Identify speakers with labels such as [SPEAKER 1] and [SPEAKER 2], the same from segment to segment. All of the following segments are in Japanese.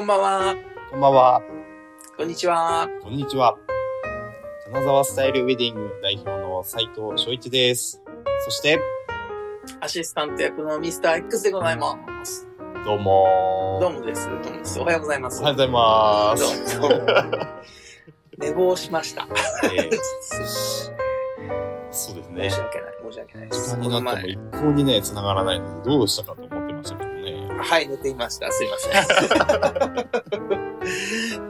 [SPEAKER 1] んばんは。
[SPEAKER 2] こんばんは。
[SPEAKER 1] こんにちは。
[SPEAKER 2] こんにちは。金沢スタイルウェディング代表の斉藤翔一です。そして、
[SPEAKER 1] アシスタント役のミスター X でございます。
[SPEAKER 2] どうもー
[SPEAKER 1] どうもです。どうもです。おはようございます。
[SPEAKER 2] おはようございます。
[SPEAKER 1] どうも。どうも寝坊しました。
[SPEAKER 2] えーそうです ね
[SPEAKER 1] 申し。訳ない。申し訳ないで
[SPEAKER 2] 時
[SPEAKER 1] す。こ
[SPEAKER 2] 間に
[SPEAKER 1] の
[SPEAKER 2] なっても
[SPEAKER 1] 前、
[SPEAKER 2] 一向にね、繋がらないので、どうしたかと思ってましたけどね。
[SPEAKER 1] はい、寝ていました。すいません。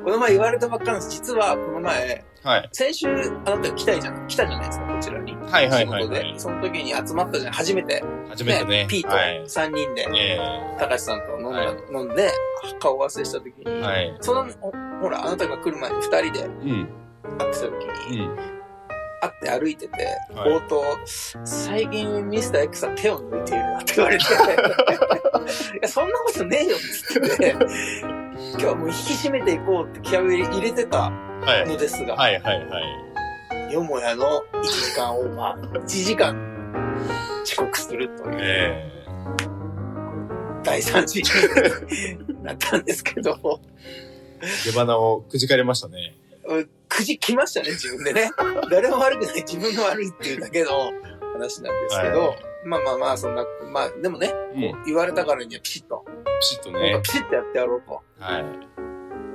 [SPEAKER 1] この前言われたばっかなんです。実は、この前、
[SPEAKER 2] はい。
[SPEAKER 1] 先週、あなた来たいじゃん、来たじゃないですか、こちらに。
[SPEAKER 2] はいは
[SPEAKER 1] 仕
[SPEAKER 2] いはい、は
[SPEAKER 1] 事
[SPEAKER 2] い
[SPEAKER 1] で。。その時に集まったじゃん、初めて。
[SPEAKER 2] 初めてね。
[SPEAKER 1] P と
[SPEAKER 2] はい。
[SPEAKER 1] 3人で、
[SPEAKER 2] え
[SPEAKER 1] 高橋さんと飲んだ、
[SPEAKER 2] はい
[SPEAKER 1] 飲んで、顔合わせした時に、
[SPEAKER 2] ー、はい。
[SPEAKER 1] その、ほほら、あなたが来る前に2人で
[SPEAKER 2] うん。
[SPEAKER 1] 会ってた時
[SPEAKER 2] う
[SPEAKER 1] に、
[SPEAKER 2] ん。
[SPEAKER 1] 会って歩いてて、
[SPEAKER 2] はい
[SPEAKER 1] 冒頭、最近ミスター X は手を抜いているなって言わ れて、いや、そんなことねえよって言ってて、今日はもう引き締めていこうって気合を入れてた
[SPEAKER 2] はい。
[SPEAKER 1] のですが、
[SPEAKER 2] はいはいはい。
[SPEAKER 1] よもやの1時間オーバー、1時間遅刻するという
[SPEAKER 2] えー、
[SPEAKER 1] 大惨事になったんですけど、
[SPEAKER 2] 出花をくじかれましたね。
[SPEAKER 1] くじきましたね、自分 でね。誰も悪くない、自分が悪いっていうだけの話なんですけど、
[SPEAKER 2] はい
[SPEAKER 1] まあまあまあ、そんな、まあ、でもね、
[SPEAKER 2] うん。ピ
[SPEAKER 1] 言われたからにはピシッと、
[SPEAKER 2] シッと
[SPEAKER 1] なん
[SPEAKER 2] ね
[SPEAKER 1] か。ピシッとやってやろうと。
[SPEAKER 2] はい。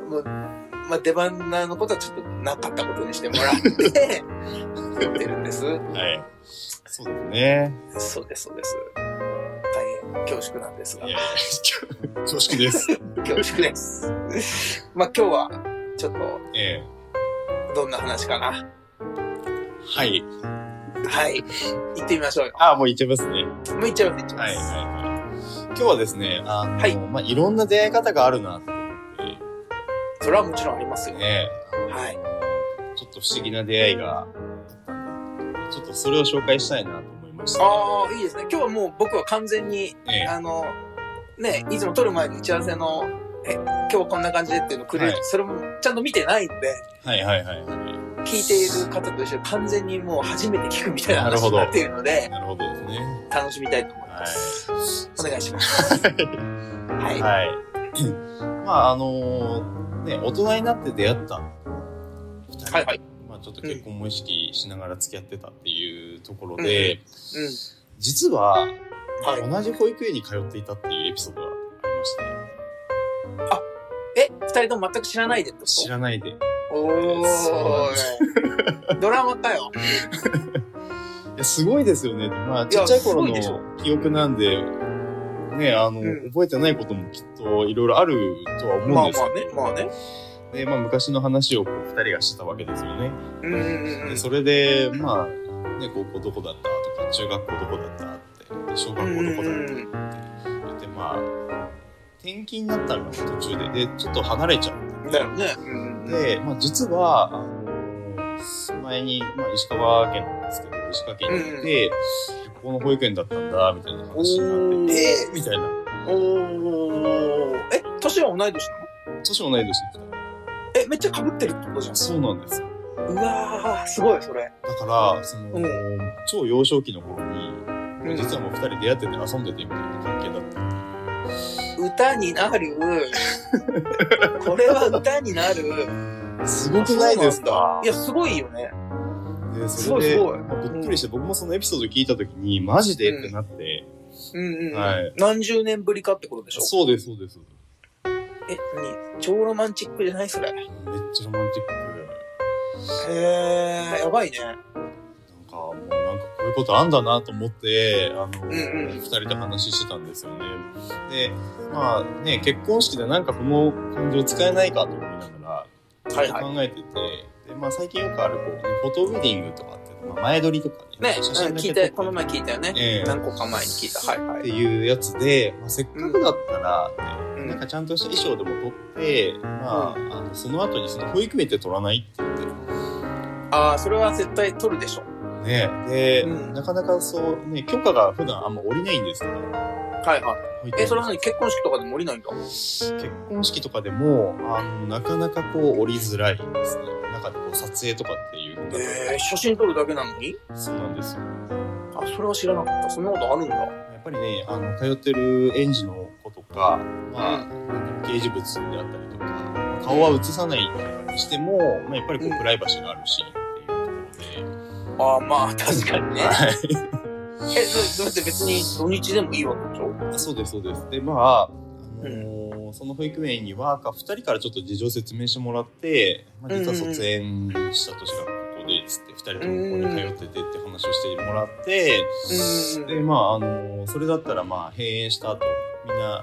[SPEAKER 1] もうまあ、出番のことはちょっとなかったことにしてもらって、やってるんです。
[SPEAKER 2] はい。そうですね。
[SPEAKER 1] そうです、そうです。大変恐縮なんですが
[SPEAKER 2] い、 や恐縮です。
[SPEAKER 1] 恐縮です。まあ今日は、ちょっと、
[SPEAKER 2] ええ
[SPEAKER 1] どんな話かな。
[SPEAKER 2] はい。
[SPEAKER 1] はい。行ってみましょうよ。
[SPEAKER 2] あ、もういけますね。
[SPEAKER 1] もう行っちゃいます、行っちゃ
[SPEAKER 2] はいい、はい、
[SPEAKER 1] ます。
[SPEAKER 2] はい。今日はですね、あの、
[SPEAKER 1] はい
[SPEAKER 2] い、まあ、いろんな出会い方があるなって思っ
[SPEAKER 1] それはもちろんあります
[SPEAKER 2] て
[SPEAKER 1] よ。
[SPEAKER 2] ね、
[SPEAKER 1] はい。
[SPEAKER 2] ちょっと不思議な出会いがあったんで、ちょっとそれを紹介したいなと思いました。
[SPEAKER 1] ああ、いいですね。今日はもう僕は完全に、
[SPEAKER 2] ええ
[SPEAKER 1] あの、ね、いつも撮る前に打ち合わせの、え、今日はこんな感じでっていうのくれる、
[SPEAKER 2] はい
[SPEAKER 1] それもちゃんと見てないんで、
[SPEAKER 2] はい、はい、はい。は
[SPEAKER 1] 聞いている方と一緒に完全にもう初めて聞くみたいな
[SPEAKER 2] なる
[SPEAKER 1] 話
[SPEAKER 2] ほ
[SPEAKER 1] に
[SPEAKER 2] ど
[SPEAKER 1] なっているので
[SPEAKER 2] い。、なるほどですね。
[SPEAKER 1] 楽しみたいと思い
[SPEAKER 2] は
[SPEAKER 1] ます。
[SPEAKER 2] い。
[SPEAKER 1] お願いします。はい。はい。
[SPEAKER 2] はい。まあ、あのね、大人になって出会った二人。
[SPEAKER 1] はいはい。
[SPEAKER 2] まあ、ちょっと結婚も意識しながら付き合ってたっていうところで、
[SPEAKER 1] うん。
[SPEAKER 2] 実は、
[SPEAKER 1] はい
[SPEAKER 2] 同じ保育園に通っていたっていうエピソードがありまして、
[SPEAKER 1] え、二人とも全く知らないでってこと
[SPEAKER 2] 知らないで。い
[SPEAKER 1] お
[SPEAKER 2] そう
[SPEAKER 1] ーい。ドラマかよ。
[SPEAKER 2] や、すごいですよね。まあ、
[SPEAKER 1] い
[SPEAKER 2] ち
[SPEAKER 1] や
[SPEAKER 2] っちゃい頃
[SPEAKER 1] すごいでし
[SPEAKER 2] の記憶なんで、ね、あの、
[SPEAKER 1] うん
[SPEAKER 2] 覚えてないこともきっといろいろあるとは
[SPEAKER 1] ま
[SPEAKER 2] 思
[SPEAKER 1] あ
[SPEAKER 2] うんです
[SPEAKER 1] まあ
[SPEAKER 2] け
[SPEAKER 1] ね
[SPEAKER 2] ど、、
[SPEAKER 1] まあね。
[SPEAKER 2] で、まあ、昔の話をこう二人がしてたわけですよね。
[SPEAKER 1] うんうんうんう
[SPEAKER 2] で
[SPEAKER 1] ん。
[SPEAKER 2] それで、まあ、ね、高校どこだったとか、中学校どこだったって、で小学校どこだったって言って、まあ、転勤になったのが途中で、で、ちょっと離れちゃって。
[SPEAKER 1] だよね。うんうん。
[SPEAKER 2] で、まあ、実は、あの、前に、まあ、石川県なんですけど、石川県に行って、ここの保育園だったんだ、みたいな話になって、
[SPEAKER 1] おー
[SPEAKER 2] えーみたいな。
[SPEAKER 1] おー。え、年は同い年なの
[SPEAKER 2] 年同い年の人だか
[SPEAKER 1] え、めっちゃ被ってるってことじゃ
[SPEAKER 2] ら。そうなんですよ。
[SPEAKER 1] ん。うわー、すごい、それ。
[SPEAKER 2] だから、その、
[SPEAKER 1] うん
[SPEAKER 2] 超幼少期の頃に、
[SPEAKER 1] うん
[SPEAKER 2] 実はもう二人出会ってて遊んでてみたいな関係だったんで。
[SPEAKER 1] 歌になる。 これは歌になる。
[SPEAKER 2] すごくないですか
[SPEAKER 1] いや、すごいよね。
[SPEAKER 2] ですそ
[SPEAKER 1] ごい
[SPEAKER 2] れです
[SPEAKER 1] ごい
[SPEAKER 2] まあびっくりして、僕もそのエピソード聞いたときに、マジでってなって、
[SPEAKER 1] うんうん。
[SPEAKER 2] はい
[SPEAKER 1] 何十年ぶりかってことでしょ
[SPEAKER 2] そうです、そうです。
[SPEAKER 1] え、何超ロマンチックじゃないそれ。へ
[SPEAKER 2] めっちゃロマンチック。
[SPEAKER 1] ー、やばいね。
[SPEAKER 2] なんか、もうなんかこういうことあんだなと思って、あの、
[SPEAKER 1] んうん
[SPEAKER 2] 二人で話してたんですよね。で、まあね、結婚式でなんかこの感情使えないかと思いながら、
[SPEAKER 1] はいはい
[SPEAKER 2] ずっと考えてて、で、まあ最近よくある、こう、ね、フォトウェディングとかって、まあ前撮りとかね、
[SPEAKER 1] ね、うん
[SPEAKER 2] 写真だ
[SPEAKER 1] 聞
[SPEAKER 2] け
[SPEAKER 1] い、
[SPEAKER 2] 撮って
[SPEAKER 1] この前聞いたよね。
[SPEAKER 2] ええ
[SPEAKER 1] 何個か前に聞いた。はいは
[SPEAKER 2] って
[SPEAKER 1] い。
[SPEAKER 2] いうやつで、まあ、せっかくだったら、ね
[SPEAKER 1] うん
[SPEAKER 2] なんかちゃんとした衣装でも撮って、
[SPEAKER 1] う
[SPEAKER 2] まあ、あのその後にその保育園って撮らないって言って
[SPEAKER 1] あー、それは絶対撮るでしょ。
[SPEAKER 2] ねで、
[SPEAKER 1] うん
[SPEAKER 2] なかなかそうね許可が普段あんま下りないんですけど
[SPEAKER 1] はいはい。
[SPEAKER 2] 保育園
[SPEAKER 1] え、それは何結婚式とかでも降りないんだ。
[SPEAKER 2] 結婚式とかでもあのなかなかこう降りづらいですね中でこう撮影とかっていう風な
[SPEAKER 1] えー、写真撮るだけなのに
[SPEAKER 2] そうなんですよ
[SPEAKER 1] あ、それは知らなかった。そんなことあるんだ。
[SPEAKER 2] やっぱりねあの通ってる園児の子とか、まあ、なんだろう掲示物であったりとか、顔は映さないにしても、まあ、やっぱりこ
[SPEAKER 1] う
[SPEAKER 2] うんプライバシーがあるしっていうところで、
[SPEAKER 1] ああ、まあ、確かにね。
[SPEAKER 2] はい
[SPEAKER 1] え、そだって別に土日でもいいわけでしょ
[SPEAKER 2] あそうですそうですでまあ、あ
[SPEAKER 1] う
[SPEAKER 2] のーその保育園にはか2人からちょっと事情説明してもらって、まあ、実は卒園した年がここでつって2人ともここに通っててって話をしてもらって、
[SPEAKER 1] うん
[SPEAKER 2] でまあ、あのーそれだったらまあ閉園した後みんな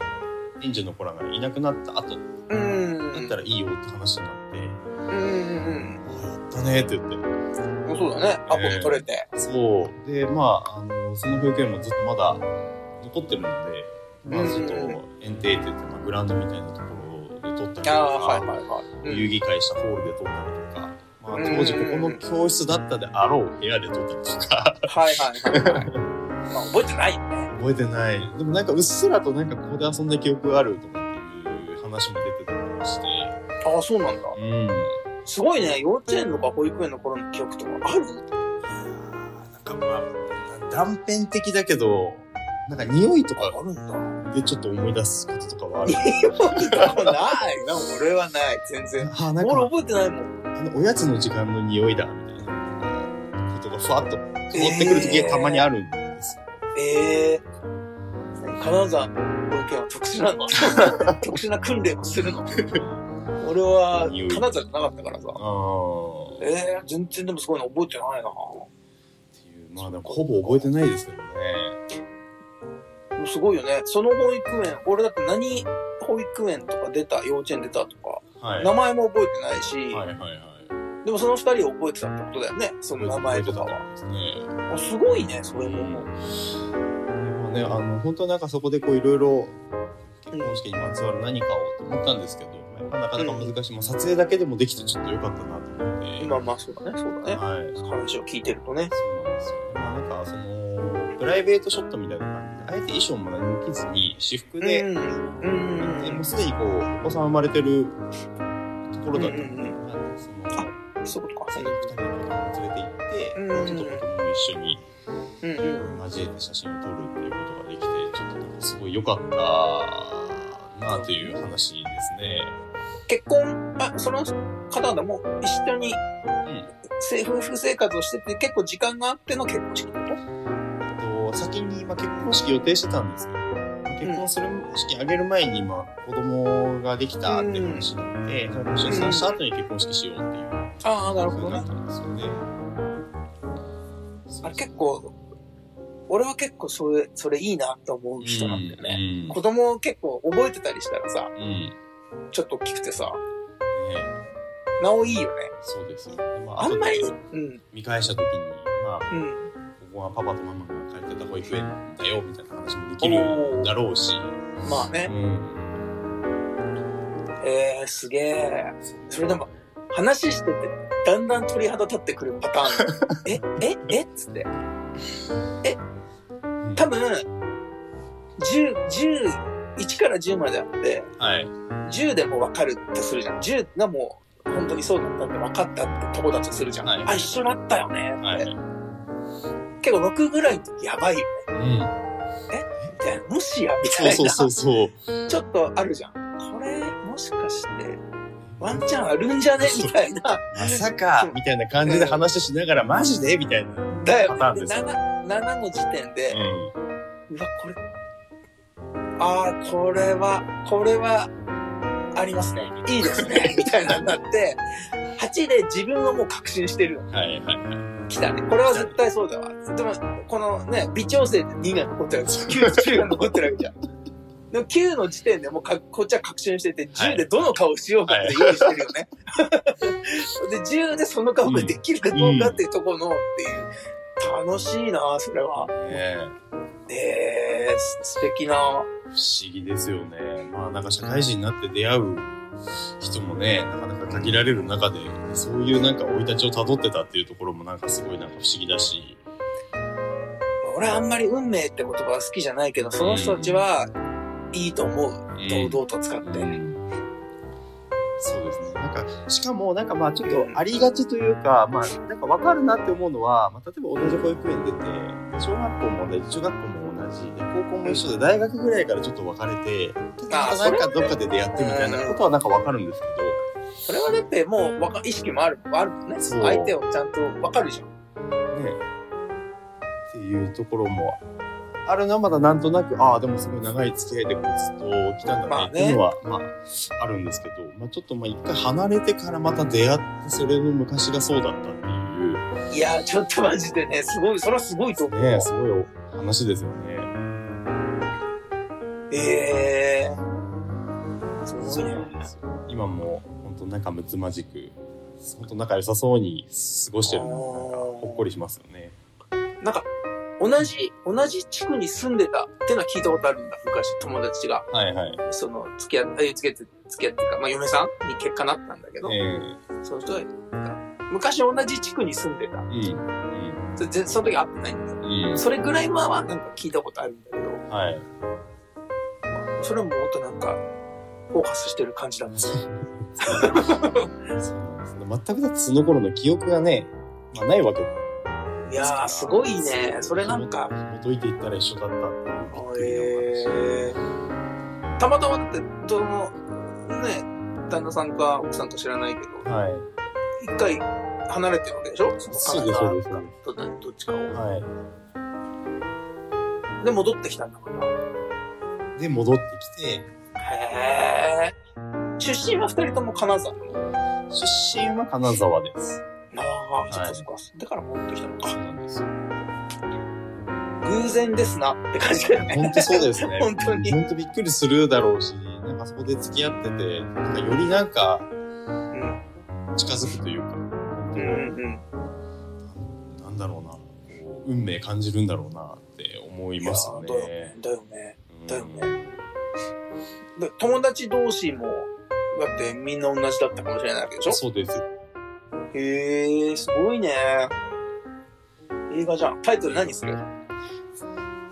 [SPEAKER 2] 園児の子らがいなくなった後だ
[SPEAKER 1] うん。
[SPEAKER 2] ったらいいよって話になって、
[SPEAKER 1] うんうん
[SPEAKER 2] あやったねって言って
[SPEAKER 1] うん。もうそうだね。アポも取れて。
[SPEAKER 2] そうでまあ、あのーその保育園もずっとまだ残ってるので。まあ、
[SPEAKER 1] うん
[SPEAKER 2] ちょっと園庭って言って、まあ、グラウンドみたいなところで撮ったりと
[SPEAKER 1] あ
[SPEAKER 2] か、
[SPEAKER 1] あ、はいはいはい。うん
[SPEAKER 2] 遊戯会したホールで撮ったりとか、まあ、
[SPEAKER 1] うん
[SPEAKER 2] 当時ここの教室だったであろう部屋で撮ったりとか
[SPEAKER 1] はいはいはいはい。まあ、覚えてないよね。
[SPEAKER 2] 覚えてないでもなんかうっすらとなんかここで遊んだ記憶があるとかっていう話も出てたりもして
[SPEAKER 1] ああ、そうなんだ。
[SPEAKER 2] うんいや
[SPEAKER 1] すごいね。幼稚園とか保育園の頃の記憶とかある
[SPEAKER 2] ーなんかまあ断片的だけどなんか匂いとか
[SPEAKER 1] あるんだ。
[SPEAKER 2] でちょっと思い出すこととかはあ る
[SPEAKER 1] ないな、俺はない。全然。
[SPEAKER 2] あーなん
[SPEAKER 1] 俺
[SPEAKER 2] か
[SPEAKER 1] 覚えてないもん。
[SPEAKER 2] あのおやつの時間の匂いだみたいなことがふわっと持ってくる時がたまにあるんですよ
[SPEAKER 1] ええ金沢の保育園は特殊な の特殊な訓練をするの俺は金沢じゃなかったからさ。
[SPEAKER 2] あー
[SPEAKER 1] ええ全然でもすごいの覚えてないな。
[SPEAKER 2] っていうまあでもほぼ覚えてないですけどね
[SPEAKER 1] すごいよね。その保育園、俺だって何保育園とか出た、幼稚園出たとか、
[SPEAKER 2] はい
[SPEAKER 1] 名
[SPEAKER 2] は
[SPEAKER 1] 前も覚えてないし、
[SPEAKER 2] いはいはい
[SPEAKER 1] でもその二人を覚えてたってことだよね。その名前とか
[SPEAKER 2] 覚え
[SPEAKER 1] は。
[SPEAKER 2] てたんですね
[SPEAKER 1] あすごいね、それ
[SPEAKER 2] で
[SPEAKER 1] も。
[SPEAKER 2] もねあの本当なんかそこでこういろいろ結婚式にまつわる何かをと思ったんですけど、やっぱなかなか難しい、まあ、撮影だけでもできてちょっと良かったなと思って、
[SPEAKER 1] 今、まあそうだね、そうだね。
[SPEAKER 2] はい
[SPEAKER 1] 話を聞いてるとね。
[SPEAKER 2] そうなんですよねまあなんかそのプライベートショットみたいな感じであえて衣装も何も着ずに私服で、
[SPEAKER 1] うん。う
[SPEAKER 2] でも
[SPEAKER 1] ん
[SPEAKER 2] う。すでにこうお子さん生まれてるところだったので、
[SPEAKER 1] うんうん
[SPEAKER 2] あのその
[SPEAKER 1] そういうことか
[SPEAKER 2] 最。後2人の子供を連れて行って、
[SPEAKER 1] うんうんうん
[SPEAKER 2] ちょっと子供も一緒に
[SPEAKER 1] うんうん。
[SPEAKER 2] 交えて写真を撮るっていうことができてちょっとなんかすごい良かったなあという話ですね。
[SPEAKER 1] 結婚、あ、その方でも一緒にせ夫婦生活をしてて、結構時間があっての結婚式ってこと
[SPEAKER 2] うん、と先に、まあ、結婚式予定してたんですけど結婚する式あげる前に、まあ、子供ができたっていう話になって、それも出産した後に結婚式しようっていう
[SPEAKER 1] ああ、なる
[SPEAKER 2] ふう
[SPEAKER 1] ほど
[SPEAKER 2] にな
[SPEAKER 1] ね
[SPEAKER 2] っ。たんですよね。
[SPEAKER 1] あれ結構、俺は結構それ、それいいなと思う人なんだよね。
[SPEAKER 2] ね
[SPEAKER 1] 子供結構覚えてたりしたらさ、
[SPEAKER 2] うんうんね
[SPEAKER 1] ちょっと大きくてさ、なおいいよね。
[SPEAKER 2] そうですよ。ま
[SPEAKER 1] あんまり、
[SPEAKER 2] 後
[SPEAKER 1] う
[SPEAKER 2] で
[SPEAKER 1] ん、
[SPEAKER 2] 見返した時に、まあ、
[SPEAKER 1] うん。
[SPEAKER 2] ここはパパとママが通ってた保育園だよみたいな話もできるだろうし、
[SPEAKER 1] まあ
[SPEAKER 2] う
[SPEAKER 1] ね。
[SPEAKER 2] ん、
[SPEAKER 1] えー、すげえ。それでも、話してて、だんだん鳥肌立ってくるパタ ーン。え、え、えっつって。多分、10、10、1から10まであって、
[SPEAKER 2] はい、
[SPEAKER 1] 10でも分かるってするじゃん。10がもう、本当にそうだったって分かったってとこだとするじゃん。
[SPEAKER 2] はい
[SPEAKER 1] あ、一緒だったよねって。
[SPEAKER 2] はい、
[SPEAKER 1] 結構6ぐらいの時やばいよね。
[SPEAKER 2] うん、
[SPEAKER 1] みたいな。もしや、みたい
[SPEAKER 2] そう
[SPEAKER 1] な。
[SPEAKER 2] そうそうそう、
[SPEAKER 1] ちょっとあるじゃん。これ、もしかして、ワンチャンあるんじ ゃねみたいな。
[SPEAKER 2] まさかみたいな感じで話しながら、マジでみたいな、
[SPEAKER 1] だよ
[SPEAKER 2] パターン
[SPEAKER 1] ね。
[SPEAKER 2] ですよ
[SPEAKER 1] 7, 7の時点で、
[SPEAKER 2] う
[SPEAKER 1] うわ、これ、ああ、これは、これは、ありますね。いいです ね。みたいなのになって、8で自分はもう確信してる。
[SPEAKER 2] ん、はいはいは
[SPEAKER 1] 来たね。これは絶対そうだわ。でも、このね、微調整で2が残ってるわけじゃん。9、10が残ってるわけじゃん。でも9の時点でもうかこっちは確信してて、
[SPEAKER 2] はい
[SPEAKER 1] 10でどの顔しようかって用意してるよ ね。で、10でその顔ができるかどうかっていうところのっていう。楽しいなそれは。
[SPEAKER 2] い、ね、
[SPEAKER 1] えー、素敵な
[SPEAKER 2] 不思議ですよね。まあなんか社会人になって出会う人もね、なかなか限られる中で、そういうなんか生い立ちを辿ってたっていうところもなんかすごいなんか不思議だし、
[SPEAKER 1] 俺あんまり運命って言葉は好きじゃないけど、その人たちはいいと思う。堂々と使って。
[SPEAKER 2] そうですね。なんか、しかも、なんかまあ、ちょっとありがちというか、まあ、なんかわかるなって思うのは、まあ、例えば同じ保育園出て、小学校も同じ、中学校も同じで高校も一緒で大学ぐらいからちょっと別れて
[SPEAKER 1] あー
[SPEAKER 2] なんかどっかで出会ってみたいなことはなんかわかるんですけど
[SPEAKER 1] それはだってもうわか意識もあるあるもんね
[SPEAKER 2] そう
[SPEAKER 1] 相手をちゃんと分かるじゃん
[SPEAKER 2] ねっていうところもあるのはまだなんとなくああでもすごい長い付き合いでこいつと来たん
[SPEAKER 1] ま
[SPEAKER 2] だ
[SPEAKER 1] あ
[SPEAKER 2] ね
[SPEAKER 1] ね
[SPEAKER 2] っていうのは、まああるんですけど、まあ、ちょっとまあ一回離れてからまた出会ってそれの昔がそうだったっていう
[SPEAKER 1] いやちょっとマジでねすごいそれはすごいと思う、
[SPEAKER 2] ねすごいお話ですよね。
[SPEAKER 1] ええー、す
[SPEAKER 2] そう
[SPEAKER 1] ごい
[SPEAKER 2] な
[SPEAKER 1] ね
[SPEAKER 2] んですよ今も本当仲睦まじく本当仲良さそうに過ごしてるのがなんかほっこりしますよね。
[SPEAKER 1] なんか同じ同じ地区に住んでたってのは聞いたことあるんだ昔友達が
[SPEAKER 2] はいはい。
[SPEAKER 1] その付き合って付き合って付き合ってか、まあ、嫁さんに結果なったんだけど、
[SPEAKER 2] え
[SPEAKER 1] その人が昔同じ地区に住んでた
[SPEAKER 2] えいいいい
[SPEAKER 1] それ全その時会ってないんだけ
[SPEAKER 2] いい
[SPEAKER 1] どそれぐらいまあはなんか聞いたことあるんだけど
[SPEAKER 2] はい。
[SPEAKER 1] それはもうほんとなんかフォーカスしてる感じだね
[SPEAKER 2] そうなんですね。全くだってその頃の記憶がね、まあ、ないわけです
[SPEAKER 1] いやーすごいねそれなんか
[SPEAKER 2] 紐解いていったら一緒だったっていうびっくりなお話。
[SPEAKER 1] えーたまたまだってどのね旦那さんか奥さんか知らないけど
[SPEAKER 2] はい。
[SPEAKER 1] 一回離れてるわけでしょ
[SPEAKER 2] そうですそうですそうで
[SPEAKER 1] どどっちかを
[SPEAKER 2] は
[SPEAKER 1] で戻ってきたんだから
[SPEAKER 2] い。で、戻ってきて、
[SPEAKER 1] へえ出身は二人とも金沢
[SPEAKER 2] 出身は金沢です。
[SPEAKER 1] ああ、そっかそっか。だから戻ってきたの
[SPEAKER 2] そ
[SPEAKER 1] か。
[SPEAKER 2] うなんですよ。
[SPEAKER 1] 偶然ですなって感じだよね。。
[SPEAKER 2] 本当そうですね
[SPEAKER 1] 本当に
[SPEAKER 2] 本当びっくりするだろうし、なんかそこで付き合ってて、なんかよりなんか
[SPEAKER 1] うん。
[SPEAKER 2] 近づくというか、本
[SPEAKER 1] うん
[SPEAKER 2] 当なんだろうな、こう運命感じるんだろうなって思い
[SPEAKER 1] いや
[SPEAKER 2] ます
[SPEAKER 1] ーだよね
[SPEAKER 2] ね。。
[SPEAKER 1] だよね。だよね
[SPEAKER 2] うん
[SPEAKER 1] で友達同士も、だってみんな同じだったかもしれないわけでし
[SPEAKER 2] そうです。
[SPEAKER 1] ょへえ、すごいね。映画じゃん。タイトル何するい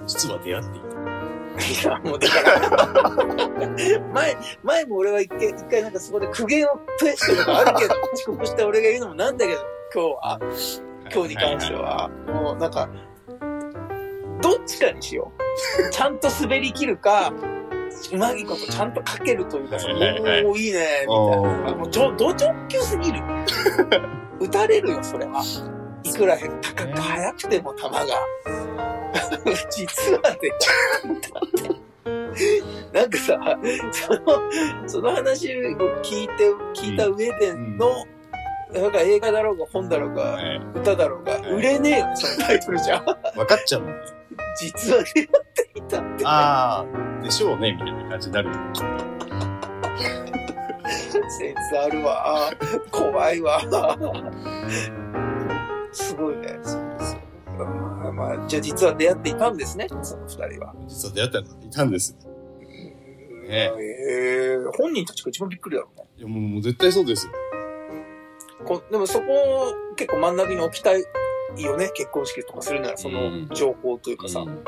[SPEAKER 2] 実は出会っていた。
[SPEAKER 1] や、もうだから。 前、前も俺は一回、一回なんかそこで苦言を呈してるのがあるけど、遅刻した俺が言うのもなんだけど、今日は、今日に関しては、もうなんか、どっちかにしよ う。ちゃんと滑り切るか、うまいことちゃんとかけるというか、
[SPEAKER 2] は
[SPEAKER 1] そ
[SPEAKER 2] い
[SPEAKER 1] のお
[SPEAKER 2] はいはい
[SPEAKER 1] ーいいね、みたい
[SPEAKER 2] お
[SPEAKER 1] な。
[SPEAKER 2] ー
[SPEAKER 1] もうちょ、ど直球すぎる。打たれるよ、それは。いくら高く速くても球が。 実はね、 だってなんかさ、その、その話を聞いて、聞いた上での、なんか映画だろうが本だろうが、
[SPEAKER 2] はい
[SPEAKER 1] 歌だろうが、
[SPEAKER 2] はい
[SPEAKER 1] 売れねえよね、そのタイトルじゃん。
[SPEAKER 2] 分かっちゃうのね。
[SPEAKER 1] 実は出会っていたって、
[SPEAKER 2] ああ、でしょうね、みたいな感じになるよね。
[SPEAKER 1] センスあるわ。怖いわ。すごいね。
[SPEAKER 2] そうですよ。
[SPEAKER 1] まあ、まあ、じゃあ実は出会っていたんですね、その二人は。
[SPEAKER 2] 実は出会った人いたんです。ね
[SPEAKER 1] えー本人たちが一番びっくりだろうね。
[SPEAKER 2] いや、もうもう絶対そうですよ。
[SPEAKER 1] こでもそこを結構真ん中に置きたいよね、結婚式とかするなら、その
[SPEAKER 2] うん
[SPEAKER 1] 情報というかさ、
[SPEAKER 2] うん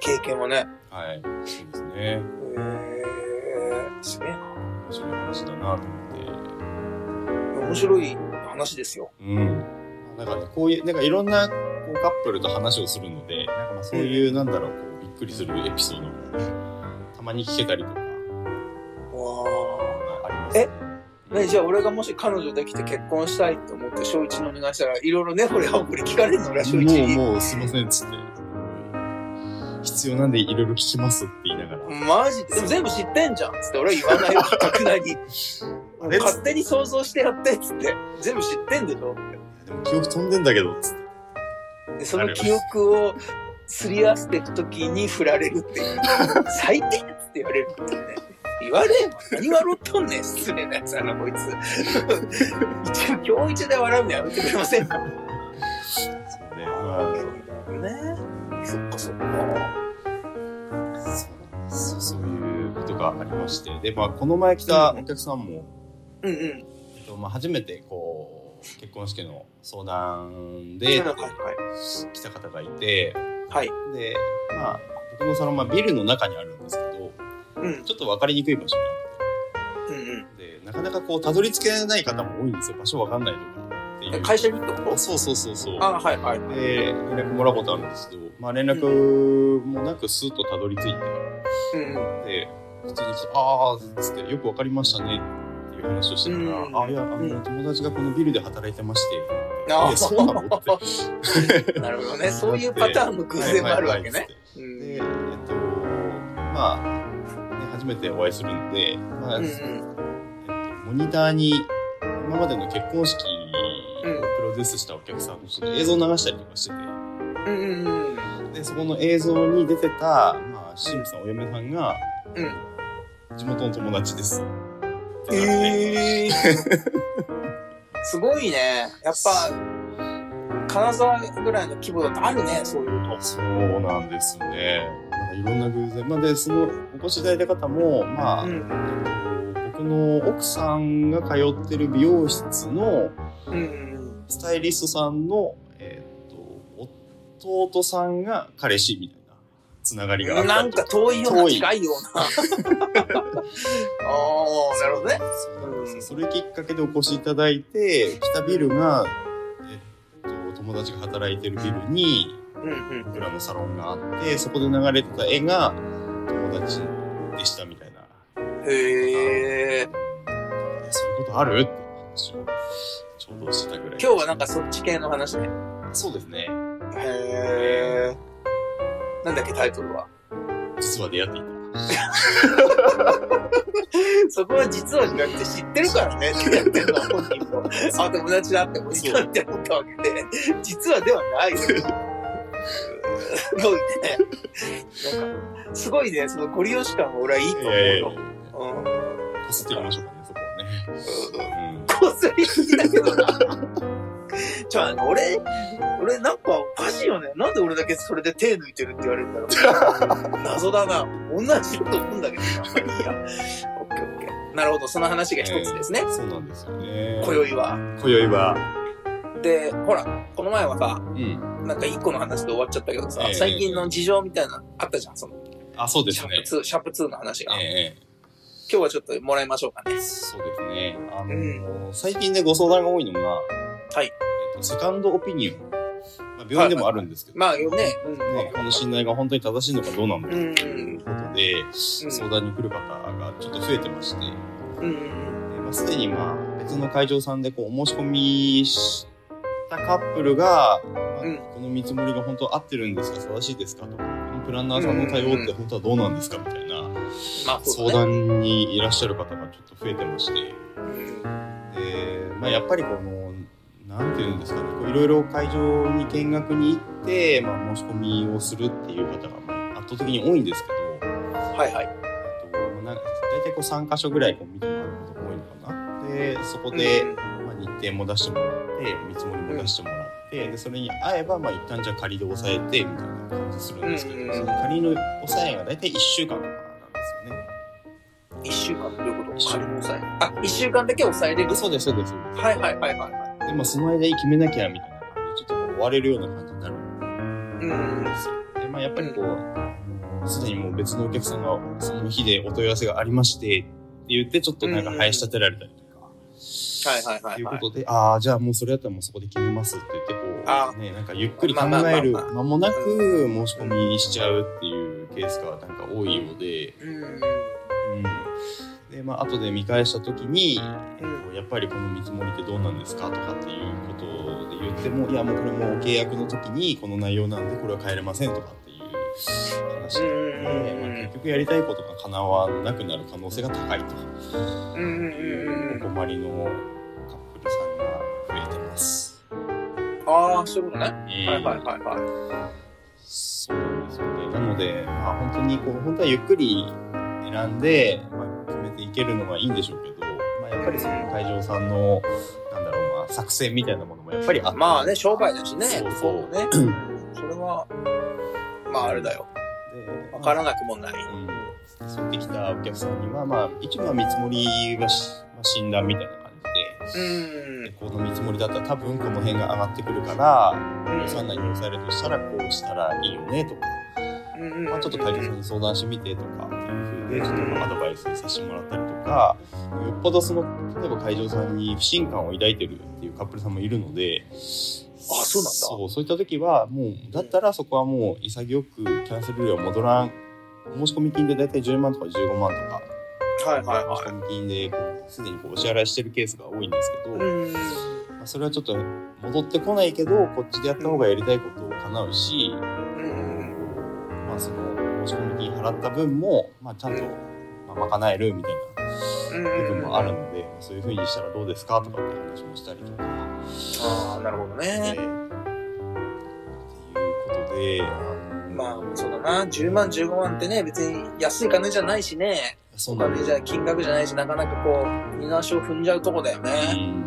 [SPEAKER 1] 経験はね。
[SPEAKER 2] はい。そうですね。
[SPEAKER 1] えー、すげえな。
[SPEAKER 2] 面白い話だなと思って。
[SPEAKER 1] 面白い話ですよ。
[SPEAKER 2] うん。なんかね、こういう、なんかいろんなこうカップルと話をするので、なんかまあそういう、なんだろう、こうびっくりするエピソードもたまに聞けたりとか、
[SPEAKER 1] わあ。
[SPEAKER 2] ありますね。
[SPEAKER 1] ね、じゃあ俺がもし彼女できて結婚したいと思って翔一にお願いしたらいろいろねこれはこれ聞かれるの俺は翔一
[SPEAKER 2] もう、
[SPEAKER 1] に
[SPEAKER 2] もう、すいません、つって。必要なんでいろいろ聞きますって言いながら。
[SPEAKER 1] マジででも全部知ってんじゃんっつって俺は言わないよかくなに
[SPEAKER 2] あれ
[SPEAKER 1] 勝手に想像してやってっつって全部知ってんでしょっ
[SPEAKER 2] でも記憶飛んでんだけど、つって。
[SPEAKER 1] てでその記憶をすり合わせていくときに振られるっていう最低っつって言われるっていうね言われんわ何笑っとんねん失礼なやつやなこいつ一応今日一で笑うのやめてくれませんか
[SPEAKER 2] そうね。まあ、
[SPEAKER 1] ねそっかそっか
[SPEAKER 2] そうそういうことがありましてで、まあ、この前来たお客さんも、
[SPEAKER 1] うんうん
[SPEAKER 2] えっとまあ、初めてこう結婚式の相談
[SPEAKER 1] はい
[SPEAKER 2] で
[SPEAKER 1] は
[SPEAKER 2] 来た方がいて
[SPEAKER 1] いはい。
[SPEAKER 2] で、まあ、僕のサロンはビルの中にあるんですけど
[SPEAKER 1] うん。
[SPEAKER 2] ちょっと分かりにくい場所
[SPEAKER 1] う
[SPEAKER 2] が
[SPEAKER 1] ん
[SPEAKER 2] あってでなかなかこうたどり着けない方も多いんですよ場所分かんないとかっていいう
[SPEAKER 1] 会社にってこと
[SPEAKER 2] そうそうそうそう
[SPEAKER 1] あはいはいはい。
[SPEAKER 2] で連絡もらうことあるんですけど、まあ、連絡もなくスーッとたどり着いて、
[SPEAKER 1] うん。
[SPEAKER 2] で普通に来て「ああ」っつって「よく分かりましたね」っていう話をしてたから「
[SPEAKER 1] うん
[SPEAKER 2] あいやあの友達がこのビルで働いてまして」
[SPEAKER 1] あ
[SPEAKER 2] えそうなの?」って
[SPEAKER 1] なるほどね。そういうパターンの 偶然もあるわけ
[SPEAKER 2] はいはいはいっつっ
[SPEAKER 1] ね。う
[SPEAKER 2] てで、
[SPEAKER 1] ん
[SPEAKER 2] えっと、まあ、ね、初めてお会いするんで、まあ、
[SPEAKER 1] うんう
[SPEAKER 2] えっ
[SPEAKER 1] ん。
[SPEAKER 2] と、モニターに、今までの結婚式をプ
[SPEAKER 1] うん
[SPEAKER 2] ロデュースしたお客さんの人の映像を流したりとかして
[SPEAKER 1] うんうんうん。
[SPEAKER 2] て、で、そこの映像に出てた、まあ、新婦さん、お嫁さんが、地元の友達です。ってなって、
[SPEAKER 1] えー、すごいね。やっぱ、金沢ぐらいの規模だとあるね、そういう。
[SPEAKER 2] あそうなんですね。なんかいろんな偶然。まあ、で、その、お越しいただいた方も、まあ、
[SPEAKER 1] うん。
[SPEAKER 2] 僕の奥さんが通ってる美容室の、
[SPEAKER 1] うん。
[SPEAKER 2] スタイリストさんの、えーっと弟さんが彼氏みたいなつながりがあった
[SPEAKER 1] なんか遠いような
[SPEAKER 2] 遠い
[SPEAKER 1] 近いよう な。ああ、なるほどね。
[SPEAKER 2] そうなんですよそれきっかけでお越しいただいて来たビルが、えーっと友達が働いてるビルに
[SPEAKER 1] うんうん。
[SPEAKER 2] 僕らのサロンがあってそこで流れてた絵が友達でしたみたいな
[SPEAKER 1] へえ。
[SPEAKER 2] えそういうことあるって話をちょうどしてたぐらい
[SPEAKER 1] 今日はなんかそっち系の話ね。
[SPEAKER 2] そうですね
[SPEAKER 1] へえ。なんだっけ、タイトルは。
[SPEAKER 2] 実は出会っていた
[SPEAKER 1] そこは実はじゃなくて知ってるから ねってやってるのは本人 も。あ、友達だって、もういいなって思ったわけで、実はではない。 すごいね。なんか、すごいね、そのご利用し感は俺はいいと思うよ。うん
[SPEAKER 2] こすっていきましょうかねそこはね、うん
[SPEAKER 1] こすりすぎだけどな。ちょ、あの、俺、俺なんかおかしいよね。なんで俺だけそれで手抜いてるって言われるんだろう。謎だな。同じこと思うんだけどな。いいや。オッケーオッケー。なるほど、その話が一つですね。
[SPEAKER 2] そうなんですよね。
[SPEAKER 1] 今宵は。
[SPEAKER 2] 今宵は。
[SPEAKER 1] で、ほら、この前はさ、
[SPEAKER 2] うん。
[SPEAKER 1] なんか一個の話で終わっちゃったけどさ、
[SPEAKER 2] ええ
[SPEAKER 1] 最近の事情みたいなのあったじゃん、その、
[SPEAKER 2] あ、そうで
[SPEAKER 1] シ
[SPEAKER 2] す
[SPEAKER 1] ャープ
[SPEAKER 2] ね。
[SPEAKER 1] 2、シャープ2の話が。
[SPEAKER 2] え
[SPEAKER 1] 今日はちょっともらいましょうか
[SPEAKER 2] え
[SPEAKER 1] ね。
[SPEAKER 2] そうですね。あのー最近でご相談が多いのが、はいえっと、セカンドオピニオン。まあ、病院でもあるんですけど、
[SPEAKER 1] まあよね、
[SPEAKER 2] ね、この信頼が本当に正しいのかどうなの
[SPEAKER 1] う
[SPEAKER 2] かと
[SPEAKER 1] ん。
[SPEAKER 2] いうことで、
[SPEAKER 1] うん
[SPEAKER 2] 相談に来る方がちょっと増えてまして、
[SPEAKER 1] うん。うん。
[SPEAKER 2] でまあ、すでにまあ別の会場さんでこうお申し込みしたカップルが、まあ
[SPEAKER 1] うん
[SPEAKER 2] この見積もりが本当合ってるんですか正しいですかとかこのプランナーさんの対応って本当はどうなんですかみたいな
[SPEAKER 1] まあそう
[SPEAKER 2] 相
[SPEAKER 1] だね。
[SPEAKER 2] 談にいらっしゃる方がちょっと増えてまして、でまあ、やっぱりこのなんていうんですかねこういろいろ会場に見学に行って、まあ、申し込みをするっていう方がまあ圧倒的に多いんですけど。
[SPEAKER 1] はいはい。
[SPEAKER 2] えっとまあなんか大体こう3箇所ぐらいこう見てもらうことが多いのかな。でそこで、
[SPEAKER 1] うん
[SPEAKER 2] まあ、日程も出してもらって見積もりも出してもらって、でそれに合えば、まあ、一旦じゃあ仮で抑えてみたいな感じするんですけど、
[SPEAKER 1] うんうんうん
[SPEAKER 2] その仮の抑えが大体1週間とかなんですよね。
[SPEAKER 1] 一週間どういうこと仮に抑える。あ、一週間だけ抑えれる。
[SPEAKER 2] そうですそうです。
[SPEAKER 1] はいはいはいはいはい。
[SPEAKER 2] でまあその間に決めなきゃみたいな感じでちょっとこう追われるような感じになる
[SPEAKER 1] うん
[SPEAKER 2] んで。すよ。でまあやっぱりこうあのすでにもう別のお客さんがその日でお問い合わせがありましてって言ってちょっとなんか林立てられたりとか。
[SPEAKER 1] はいはい
[SPEAKER 2] と
[SPEAKER 1] はいいうは
[SPEAKER 2] こ
[SPEAKER 1] い。
[SPEAKER 2] とで、ああ、じゃあもうそれだったらもうそこで決めますって言って、こ
[SPEAKER 1] あ
[SPEAKER 2] う、ね、なんかゆっくり考
[SPEAKER 1] まあまあまあ
[SPEAKER 2] える
[SPEAKER 1] まあ
[SPEAKER 2] 間もなく申し込みしちゃうっていうケースがなんか多いようで、
[SPEAKER 1] うん。
[SPEAKER 2] うん。で、まあ、後で見返した時に、えっとやっぱりこの見積もりってどうなんですかとかっていうことで言っても、いや、もうこれもう契約の時にこの内容なんでこれは変えれませんとかっていう話で、まあ、結局やりたいことが叶わなくなる可能性が高いと。
[SPEAKER 1] うんうんうんうん
[SPEAKER 2] お困りのカップルさんが増えてます。
[SPEAKER 1] ああ、そういうことね。は
[SPEAKER 2] はい
[SPEAKER 1] いはいはいはい。
[SPEAKER 2] そうなんですよね。なので、まあ、本当にこう、本当はゆっくり選んで、まあ、決めていけるのがいいんでしょうけど、まあ、やっぱりその会場さんの、なんだろう、まあ、作戦みたいなものもやっぱりあって、
[SPEAKER 1] まあね、商売だしね。
[SPEAKER 2] そうそう
[SPEAKER 1] ね。それは、まああれだよ。
[SPEAKER 2] で
[SPEAKER 1] わからなくもない。
[SPEAKER 2] うん、そうやってきたお客さんには、まあ、一応は見積もりはし、まあ、診断みたいな感じ
[SPEAKER 1] う
[SPEAKER 2] で、で
[SPEAKER 1] ん。
[SPEAKER 2] この見積もりだったら多分この辺が上がってくるから、
[SPEAKER 1] うん
[SPEAKER 2] 予算内に抑えるとしたらこうしたらいいよねとか、
[SPEAKER 1] うんうんうんうん
[SPEAKER 2] まあ、ちょっと会長さんに相談してみてとかっていうふうにので、ちょっとまあアドバイスさせてもらったりとか、よっぽどその、例えば会場さんに不信感を抱いてるっていうカップルさんもいるので、
[SPEAKER 1] あそうなんだ
[SPEAKER 2] そう、そういった時は、もう、だったらそこはもう潔くキャンセル料は戻らん。申し込み金で大体10万とか15万とか、
[SPEAKER 1] はいはい
[SPEAKER 2] 申し込み金でこうすでにこうお支払いしてるケースが多いんですけど、
[SPEAKER 1] うん。
[SPEAKER 2] まあ、それはちょっと戻ってこないけどこっちでやった方がやりたいことを叶うし、
[SPEAKER 1] うん。
[SPEAKER 2] まあ、その申し込み金払った分も、まあ、ちゃんと、まあ、賄えるみたいな部分もあるので、そういうふうにしたらどうですかとかって話もしたりとか。
[SPEAKER 1] ああ、なるほど
[SPEAKER 2] えー
[SPEAKER 1] ね。
[SPEAKER 2] っていうことで、
[SPEAKER 1] まあ、そうだな。10万、15万ってね、別に安い金じゃないしね。
[SPEAKER 2] そう
[SPEAKER 1] お
[SPEAKER 2] なんで
[SPEAKER 1] 金
[SPEAKER 2] す
[SPEAKER 1] じゃ、金額じゃないし、なかなかこう、二の足を踏んじゃうとこだよね。
[SPEAKER 2] うん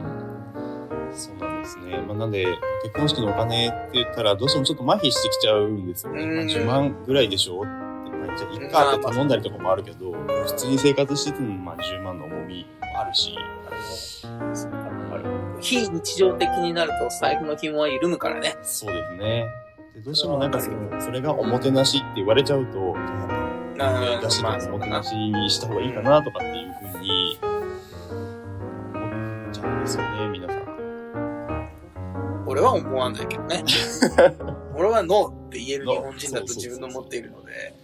[SPEAKER 2] そうなんですね。まあ、なんで、結婚式のお金って言ったら、どうしてもちょっと麻痺してきちゃうんですよね。
[SPEAKER 1] うん
[SPEAKER 2] まあ、10万ぐらいでしょって、まあ、じゃあ、いっかって頼んだりとかもあるけど、普通に生活してても、まあ、10万の重みもあるし、
[SPEAKER 1] 非日常的になると財布の紐は緩むからね。
[SPEAKER 2] そうですね。でどうしてもなんかその、それがおもてなしって言われちゃうと、やっぱ
[SPEAKER 1] な
[SPEAKER 2] 出し
[SPEAKER 1] ま
[SPEAKER 2] た
[SPEAKER 1] あ、
[SPEAKER 2] お
[SPEAKER 1] そう
[SPEAKER 2] も
[SPEAKER 1] だ
[SPEAKER 2] て
[SPEAKER 1] な
[SPEAKER 2] な。しにした方がいいかなとかっていうふうに思っちゃうんですよね皆さん
[SPEAKER 1] 俺は思わないけど ね。俺はノーって言える日本人だと
[SPEAKER 2] そうそうそう
[SPEAKER 1] 自分の持っているので。
[SPEAKER 2] うん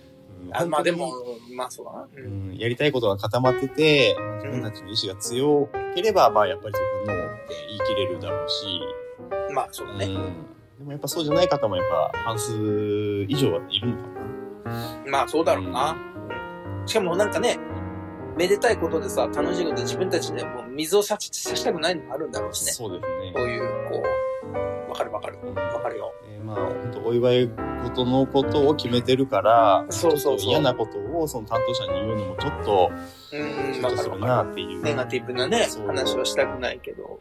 [SPEAKER 1] あまあ
[SPEAKER 2] 本当
[SPEAKER 1] で
[SPEAKER 2] に
[SPEAKER 1] も、まあそうだな。う
[SPEAKER 2] うんんやりたいことが固まってて自分たちの意志が強ければまあやっぱりそこのって言い切れるだろうし、
[SPEAKER 1] まあそうだ
[SPEAKER 2] う
[SPEAKER 1] ね。
[SPEAKER 2] んでもやっぱそうじゃない方もやっぱ半数以上はいるのか
[SPEAKER 1] まあそうだろうな。しかもなんかね、めでたいことでさ、楽しいことで自分たちでもう水を差し差したくないのもあるんだろ
[SPEAKER 2] な
[SPEAKER 1] うしね。
[SPEAKER 2] そうですね
[SPEAKER 1] こういう、こう、わかるわかる。
[SPEAKER 2] うん
[SPEAKER 1] わかるよ。
[SPEAKER 2] えーまあ本当お祝い事のことを決めてるから
[SPEAKER 1] そうそうそう
[SPEAKER 2] ちょっと嫌なことをその担当者に言うのもちょっと
[SPEAKER 1] うん、
[SPEAKER 2] ちょ
[SPEAKER 1] わ
[SPEAKER 2] っと
[SPEAKER 1] か
[SPEAKER 2] す
[SPEAKER 1] るわ
[SPEAKER 2] る
[SPEAKER 1] かる。
[SPEAKER 2] なっていう。
[SPEAKER 1] ネガティブなね
[SPEAKER 2] そ、う
[SPEAKER 1] 話をしたくないけど。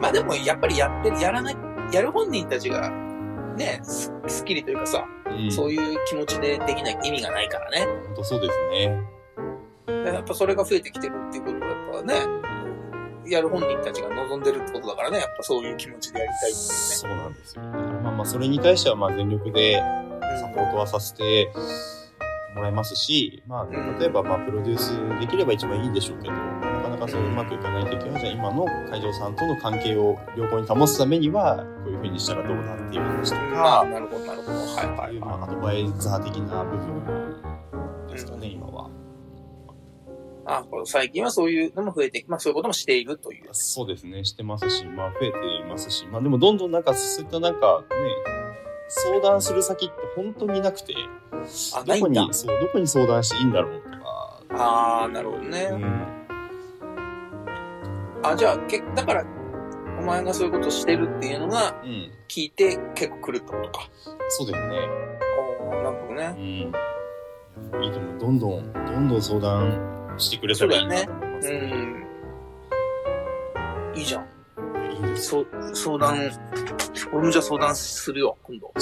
[SPEAKER 1] まあでも、やっぱりやってる、やらない、やる本人たちが、ね、すすっきりというかさ、
[SPEAKER 2] うん、
[SPEAKER 1] そう
[SPEAKER 2] い
[SPEAKER 1] いう気持ちでできない意味がないからね。
[SPEAKER 2] う。本当そうですね。
[SPEAKER 1] やっぱそれが増えてきてるっていうことは、やっぱね、やる本人たちが望んでるってことだからね、やっぱそういう気持ちでやりたいっていう
[SPEAKER 2] そうなんですよ。だからまあまあそれに対してはまあ全力でサポ
[SPEAKER 1] ね。
[SPEAKER 2] ートはさせてもらいますし、ま
[SPEAKER 1] うん
[SPEAKER 2] あ例えばまあプロデュースできれば一番いいんでしょうけど、なかなかそううまくいかない時はじゃあ今の会場さんとの関係を良好に保つためにはこういうふうにしたらどうだっていう話と
[SPEAKER 1] うんまあ、
[SPEAKER 2] か、
[SPEAKER 1] なるほど、なるほど。はい
[SPEAKER 2] ああ
[SPEAKER 1] はいいうはい。
[SPEAKER 2] まあアドバイザー的な部分ですかね、
[SPEAKER 1] うん
[SPEAKER 2] 今は。
[SPEAKER 1] あ、こう最近はそういうのも増えてき、まあそういうこともしているという。
[SPEAKER 2] そうですね、してますし、まあ増えていますし、まあでもどんどんなんかそういったなんかね、相談する先って本当になくて、
[SPEAKER 1] あ、
[SPEAKER 2] ど
[SPEAKER 1] ない
[SPEAKER 2] こ
[SPEAKER 1] んだ
[SPEAKER 2] に、。そう、どこに相談していいんだろうとか。
[SPEAKER 1] あーなるほどね
[SPEAKER 2] うん
[SPEAKER 1] あ、じゃあ、けだから、お前がそういうことしてるっていうのが
[SPEAKER 2] うん。
[SPEAKER 1] 聞いて結構来るってことか。
[SPEAKER 2] そうですね。
[SPEAKER 1] おーなるほど
[SPEAKER 2] う
[SPEAKER 1] ね。
[SPEAKER 2] ん。いやいいと思う。どんどん、どんどん相談してくれたらいいなと思います、
[SPEAKER 1] うん。いいじゃん。
[SPEAKER 2] いいです。
[SPEAKER 1] そう、相談、俺もじゃあ相談するよ、今度。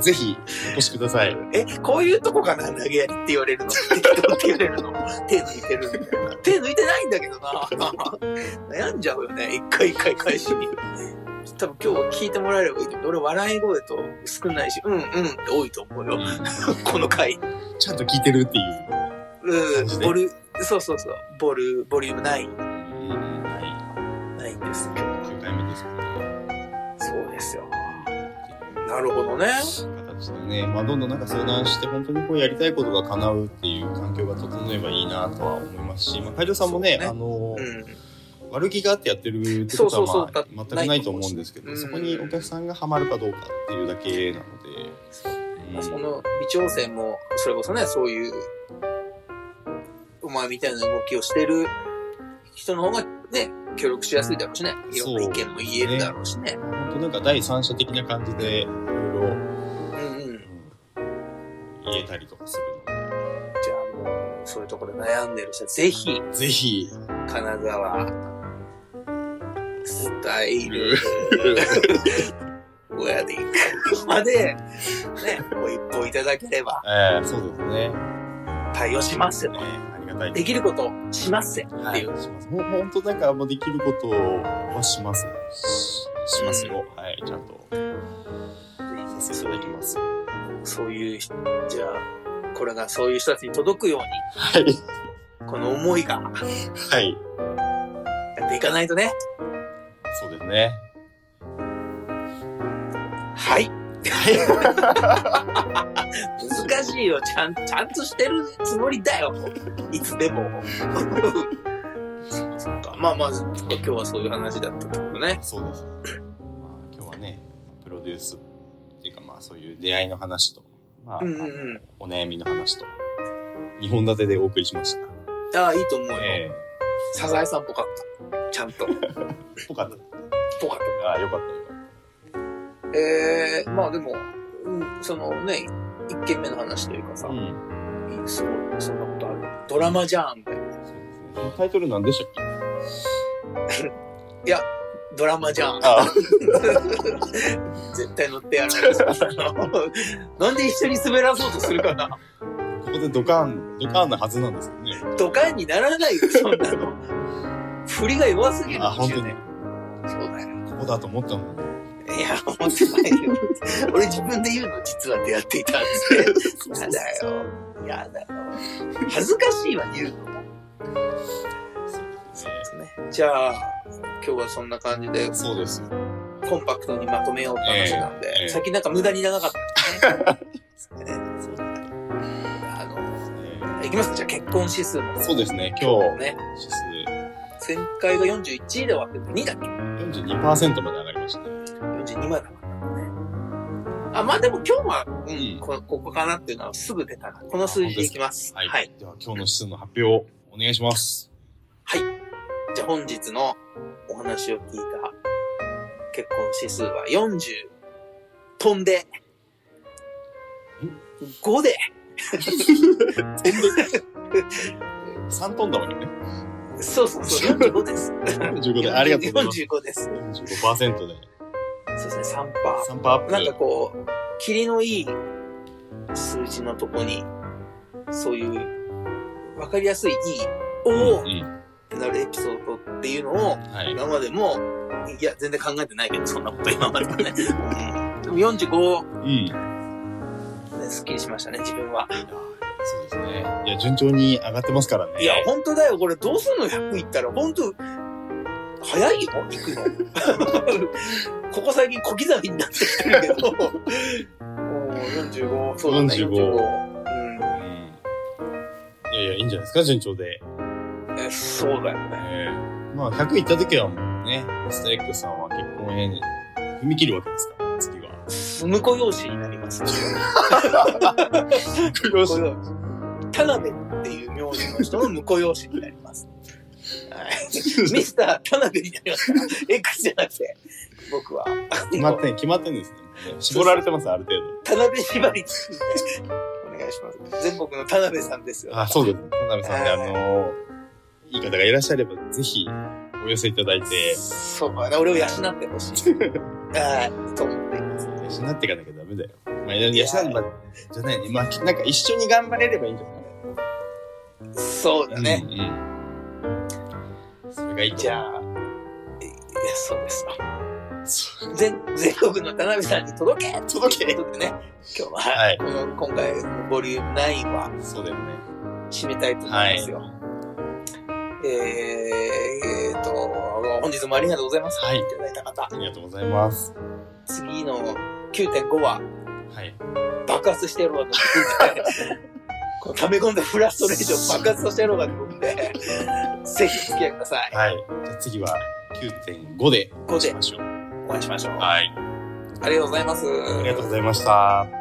[SPEAKER 2] ぜひ、お越しください。
[SPEAKER 1] え、こういうとこかな、投げやりって言われるの。適当って言われるの。手抜いてるみたいな。手抜いてないんだけどな。 悩んじゃうよね、一回一回返しに。多分今日聞いてもらえればいいけど、俺笑い声と少ないし、うんうんって多いと思うよ。この回。
[SPEAKER 2] ちゃんと聞いてるっていう。
[SPEAKER 1] う
[SPEAKER 2] 感じ
[SPEAKER 1] ん、
[SPEAKER 2] で
[SPEAKER 1] ボリュ、そうそうそう、ボリュ、ボリュームない、
[SPEAKER 2] うん、はい。
[SPEAKER 1] ないんですよ。
[SPEAKER 2] 9回目ですけど
[SPEAKER 1] そうですよ。なるほどね。
[SPEAKER 2] 形でね、まあ、どんどんなんか相談して本当にこうやりたいことが叶うっていう環境が整えばいいなとは思いますし、まあ、会長さんもね
[SPEAKER 1] そうね
[SPEAKER 2] あの
[SPEAKER 1] うん。
[SPEAKER 2] 悪気があってやってるってこと
[SPEAKER 1] そうそう
[SPEAKER 2] は
[SPEAKER 1] そう
[SPEAKER 2] まあ
[SPEAKER 1] だ
[SPEAKER 2] 全くないと思うんですけ
[SPEAKER 1] な
[SPEAKER 2] ど
[SPEAKER 1] いと
[SPEAKER 2] そ
[SPEAKER 1] 思
[SPEAKER 2] こ
[SPEAKER 1] うし
[SPEAKER 2] にお客さんがハマるかどうかっていうだけなので。
[SPEAKER 1] まあ、そ
[SPEAKER 2] うん
[SPEAKER 1] の微調整も、それこそね、そういう、お前みたいな動きをしてる人の方がね、協力しやすいだろうしね。いろんな意見も言えるだろうしね。
[SPEAKER 2] 本当なんか第三者的な感じでいろいろうん
[SPEAKER 1] うんうん。
[SPEAKER 2] 言えたりとかするの
[SPEAKER 1] じゃあもう、そういうところで悩んでる人は、ぜひ、
[SPEAKER 2] でぜひ
[SPEAKER 1] 金沢、スタイル、ウェディン グまで、ね、ご一報いただければ、
[SPEAKER 2] えー、そうですね
[SPEAKER 1] 対応しますよ
[SPEAKER 2] ね。ありがたい
[SPEAKER 1] できることしますよっ
[SPEAKER 2] は
[SPEAKER 1] て
[SPEAKER 2] い
[SPEAKER 1] いう。
[SPEAKER 2] しますもう本当なんかもうできることはしますししますよ、はいちゃんとさせていただきます
[SPEAKER 1] そういう人、じゃあ、これがそういう人たちに届くように、
[SPEAKER 2] はい。
[SPEAKER 1] この思いが
[SPEAKER 2] はい。
[SPEAKER 1] やっていかないとね。
[SPEAKER 2] そうですね。
[SPEAKER 1] はい。難しいよ。ちゃん、ちゃんとしてるつもりだよ。いつでも。 そっか。まあまあ、そっか今日はそういう話だったけどね。
[SPEAKER 2] そうです。まあ、今日はね、プロデュースっていうか、まあ、そういう出会いの話と、まあ、
[SPEAKER 1] うんうんうん。
[SPEAKER 2] お悩みの話と、二本立てでお送りしました。
[SPEAKER 1] ああ、いいと思うよ。
[SPEAKER 2] え
[SPEAKER 1] サザエさんっぽかった。ちゃんと。
[SPEAKER 2] えぽかった。
[SPEAKER 1] ぽかっ。
[SPEAKER 2] ああ、よかったよかっ た
[SPEAKER 1] ええまあでも、うん、そのね、一件目の話というかさ、
[SPEAKER 2] た。ん。
[SPEAKER 1] そう、そんなことある。ドラマじゃんみたいな。
[SPEAKER 2] そうですね。そのタイトル何でしたっけ
[SPEAKER 1] ドラマじゃん。
[SPEAKER 2] ああ、
[SPEAKER 1] 絶対乗ってやられる。あのなんで一緒に滑らそうとするかな。
[SPEAKER 2] ここでドカーン、ドカーンなはずなんですけどね。
[SPEAKER 1] ドカンにならないよ、そんなの。振りが弱すぎる
[SPEAKER 2] あ、本当
[SPEAKER 1] ね
[SPEAKER 2] に。。
[SPEAKER 1] そうだよ。
[SPEAKER 2] ここだと思ったもん。
[SPEAKER 1] いや、思ってないよ。俺自分で言うの、実は出会っていたんですね。やだよ。やだよ。恥ずかしいわ、言うの。
[SPEAKER 2] そうですね
[SPEAKER 1] ね、じゃあ、今日はそんな感じで、
[SPEAKER 2] そうですよ。
[SPEAKER 1] コンパクトにまとめようって話なんで、
[SPEAKER 2] ええええ
[SPEAKER 1] 先なんか無駄に長かったです ね。ね
[SPEAKER 2] そう
[SPEAKER 1] あの、
[SPEAKER 2] ね
[SPEAKER 1] いきますか、じゃあ結婚指数も。
[SPEAKER 2] そうですね、今日、
[SPEAKER 1] ね、
[SPEAKER 2] 指数
[SPEAKER 1] 前回が41位で終わってて、2だっけ
[SPEAKER 2] 42%まで上がりましたね。
[SPEAKER 1] ?42 まで上がったのね。あ、まあでも今日は、うん、
[SPEAKER 2] うん
[SPEAKER 1] こここかなっていうのはすぐ出たな。この数字でいきます。
[SPEAKER 2] はい。
[SPEAKER 1] はい。
[SPEAKER 2] では、今日の指数の発表をお願いし ます。
[SPEAKER 1] じゃあ本日のお話を聞いた結婚指数は40飛んで5で
[SPEAKER 2] 3トンだわけね。
[SPEAKER 1] そうそうそう45です。
[SPEAKER 2] 45で、ありがとうございます。
[SPEAKER 1] 45です。
[SPEAKER 2] 45%で、
[SPEAKER 1] そうですね、3%
[SPEAKER 2] 3%アップ。
[SPEAKER 1] なんかこう、霧のいい数字のとこに、そういう、わかりやすいいい、おおっ
[SPEAKER 2] うんうん
[SPEAKER 1] てなるエピソードっていうのを、
[SPEAKER 2] はい。
[SPEAKER 1] 今までも、いや、全然考えてないけど、そんなこと今までもね。うんでも45、
[SPEAKER 2] うん。いや
[SPEAKER 1] ね、すっきりしましたね、自分は。
[SPEAKER 2] そうですね。いや、順調に上がってますからね。
[SPEAKER 1] いや、本当だよ、これどうすんの ?100 いったら、本当早いよ、行くの。 ここ最近小刻みになってきてるけ ど。もう45、そうだね、
[SPEAKER 2] 45
[SPEAKER 1] 45。うん
[SPEAKER 2] うん。いやいや、いいんじゃないですか、順調で。
[SPEAKER 1] えそうだよね。
[SPEAKER 2] ええまあ、100いった時はもうね、ミスター X さんは結婚へ踏み切るわけですから、次 は。
[SPEAKER 1] 婿養子になります、ね。
[SPEAKER 2] よ
[SPEAKER 1] 婿養子田辺っていう名字の人の婿養子になります。はい、ミスター田辺になりますから X じゃなくて、僕は。
[SPEAKER 2] 決まってん、決まってんですね。絞られてます、ある程度。
[SPEAKER 1] 田辺縛り。お願いします。全国の田辺さんですよ。
[SPEAKER 2] あ、そうです。田辺さんで、
[SPEAKER 1] え
[SPEAKER 2] あの、いい方がいらっしゃれば、ぜひ、お寄せいただいて、
[SPEAKER 1] そうだな、俺を養ってほ しい。はい、と思っています。
[SPEAKER 2] 養っていかなきゃダメだよ。まあ、養うまあじゃないね。まあ、なんか一緒に頑張れればいいんじゃな
[SPEAKER 1] そうだ
[SPEAKER 2] い
[SPEAKER 1] ね。。
[SPEAKER 2] うん。それがいい
[SPEAKER 1] じ
[SPEAKER 2] あ、
[SPEAKER 1] ゃあ、いや、そうです。
[SPEAKER 2] そ
[SPEAKER 1] 全全国の田辺さんに届け
[SPEAKER 2] う届
[SPEAKER 1] とい
[SPEAKER 2] け
[SPEAKER 1] うことでね、今日は、
[SPEAKER 2] はい
[SPEAKER 1] この今回のボリューム9は
[SPEAKER 2] そうだよね。
[SPEAKER 1] 締めたいと思い
[SPEAKER 2] は
[SPEAKER 1] ま
[SPEAKER 2] い。
[SPEAKER 1] すよ。えー、えーと、本日もありがとうございます。
[SPEAKER 2] はい
[SPEAKER 1] いただいた方。
[SPEAKER 2] ありがとうございます。
[SPEAKER 1] 次の9.5は
[SPEAKER 2] はい。
[SPEAKER 1] 爆発してやろうかと思ってるん で、こう溜め込んだフラストレーション爆発させてやろうかと思うんで、ぜひお付き合いください。
[SPEAKER 2] はい。じゃあ次は、9.5で、
[SPEAKER 1] 5
[SPEAKER 2] し
[SPEAKER 1] で
[SPEAKER 2] ましょう。
[SPEAKER 1] お会いしましょう。
[SPEAKER 2] はい。
[SPEAKER 1] ありがとうございます。
[SPEAKER 2] ありがとうございました。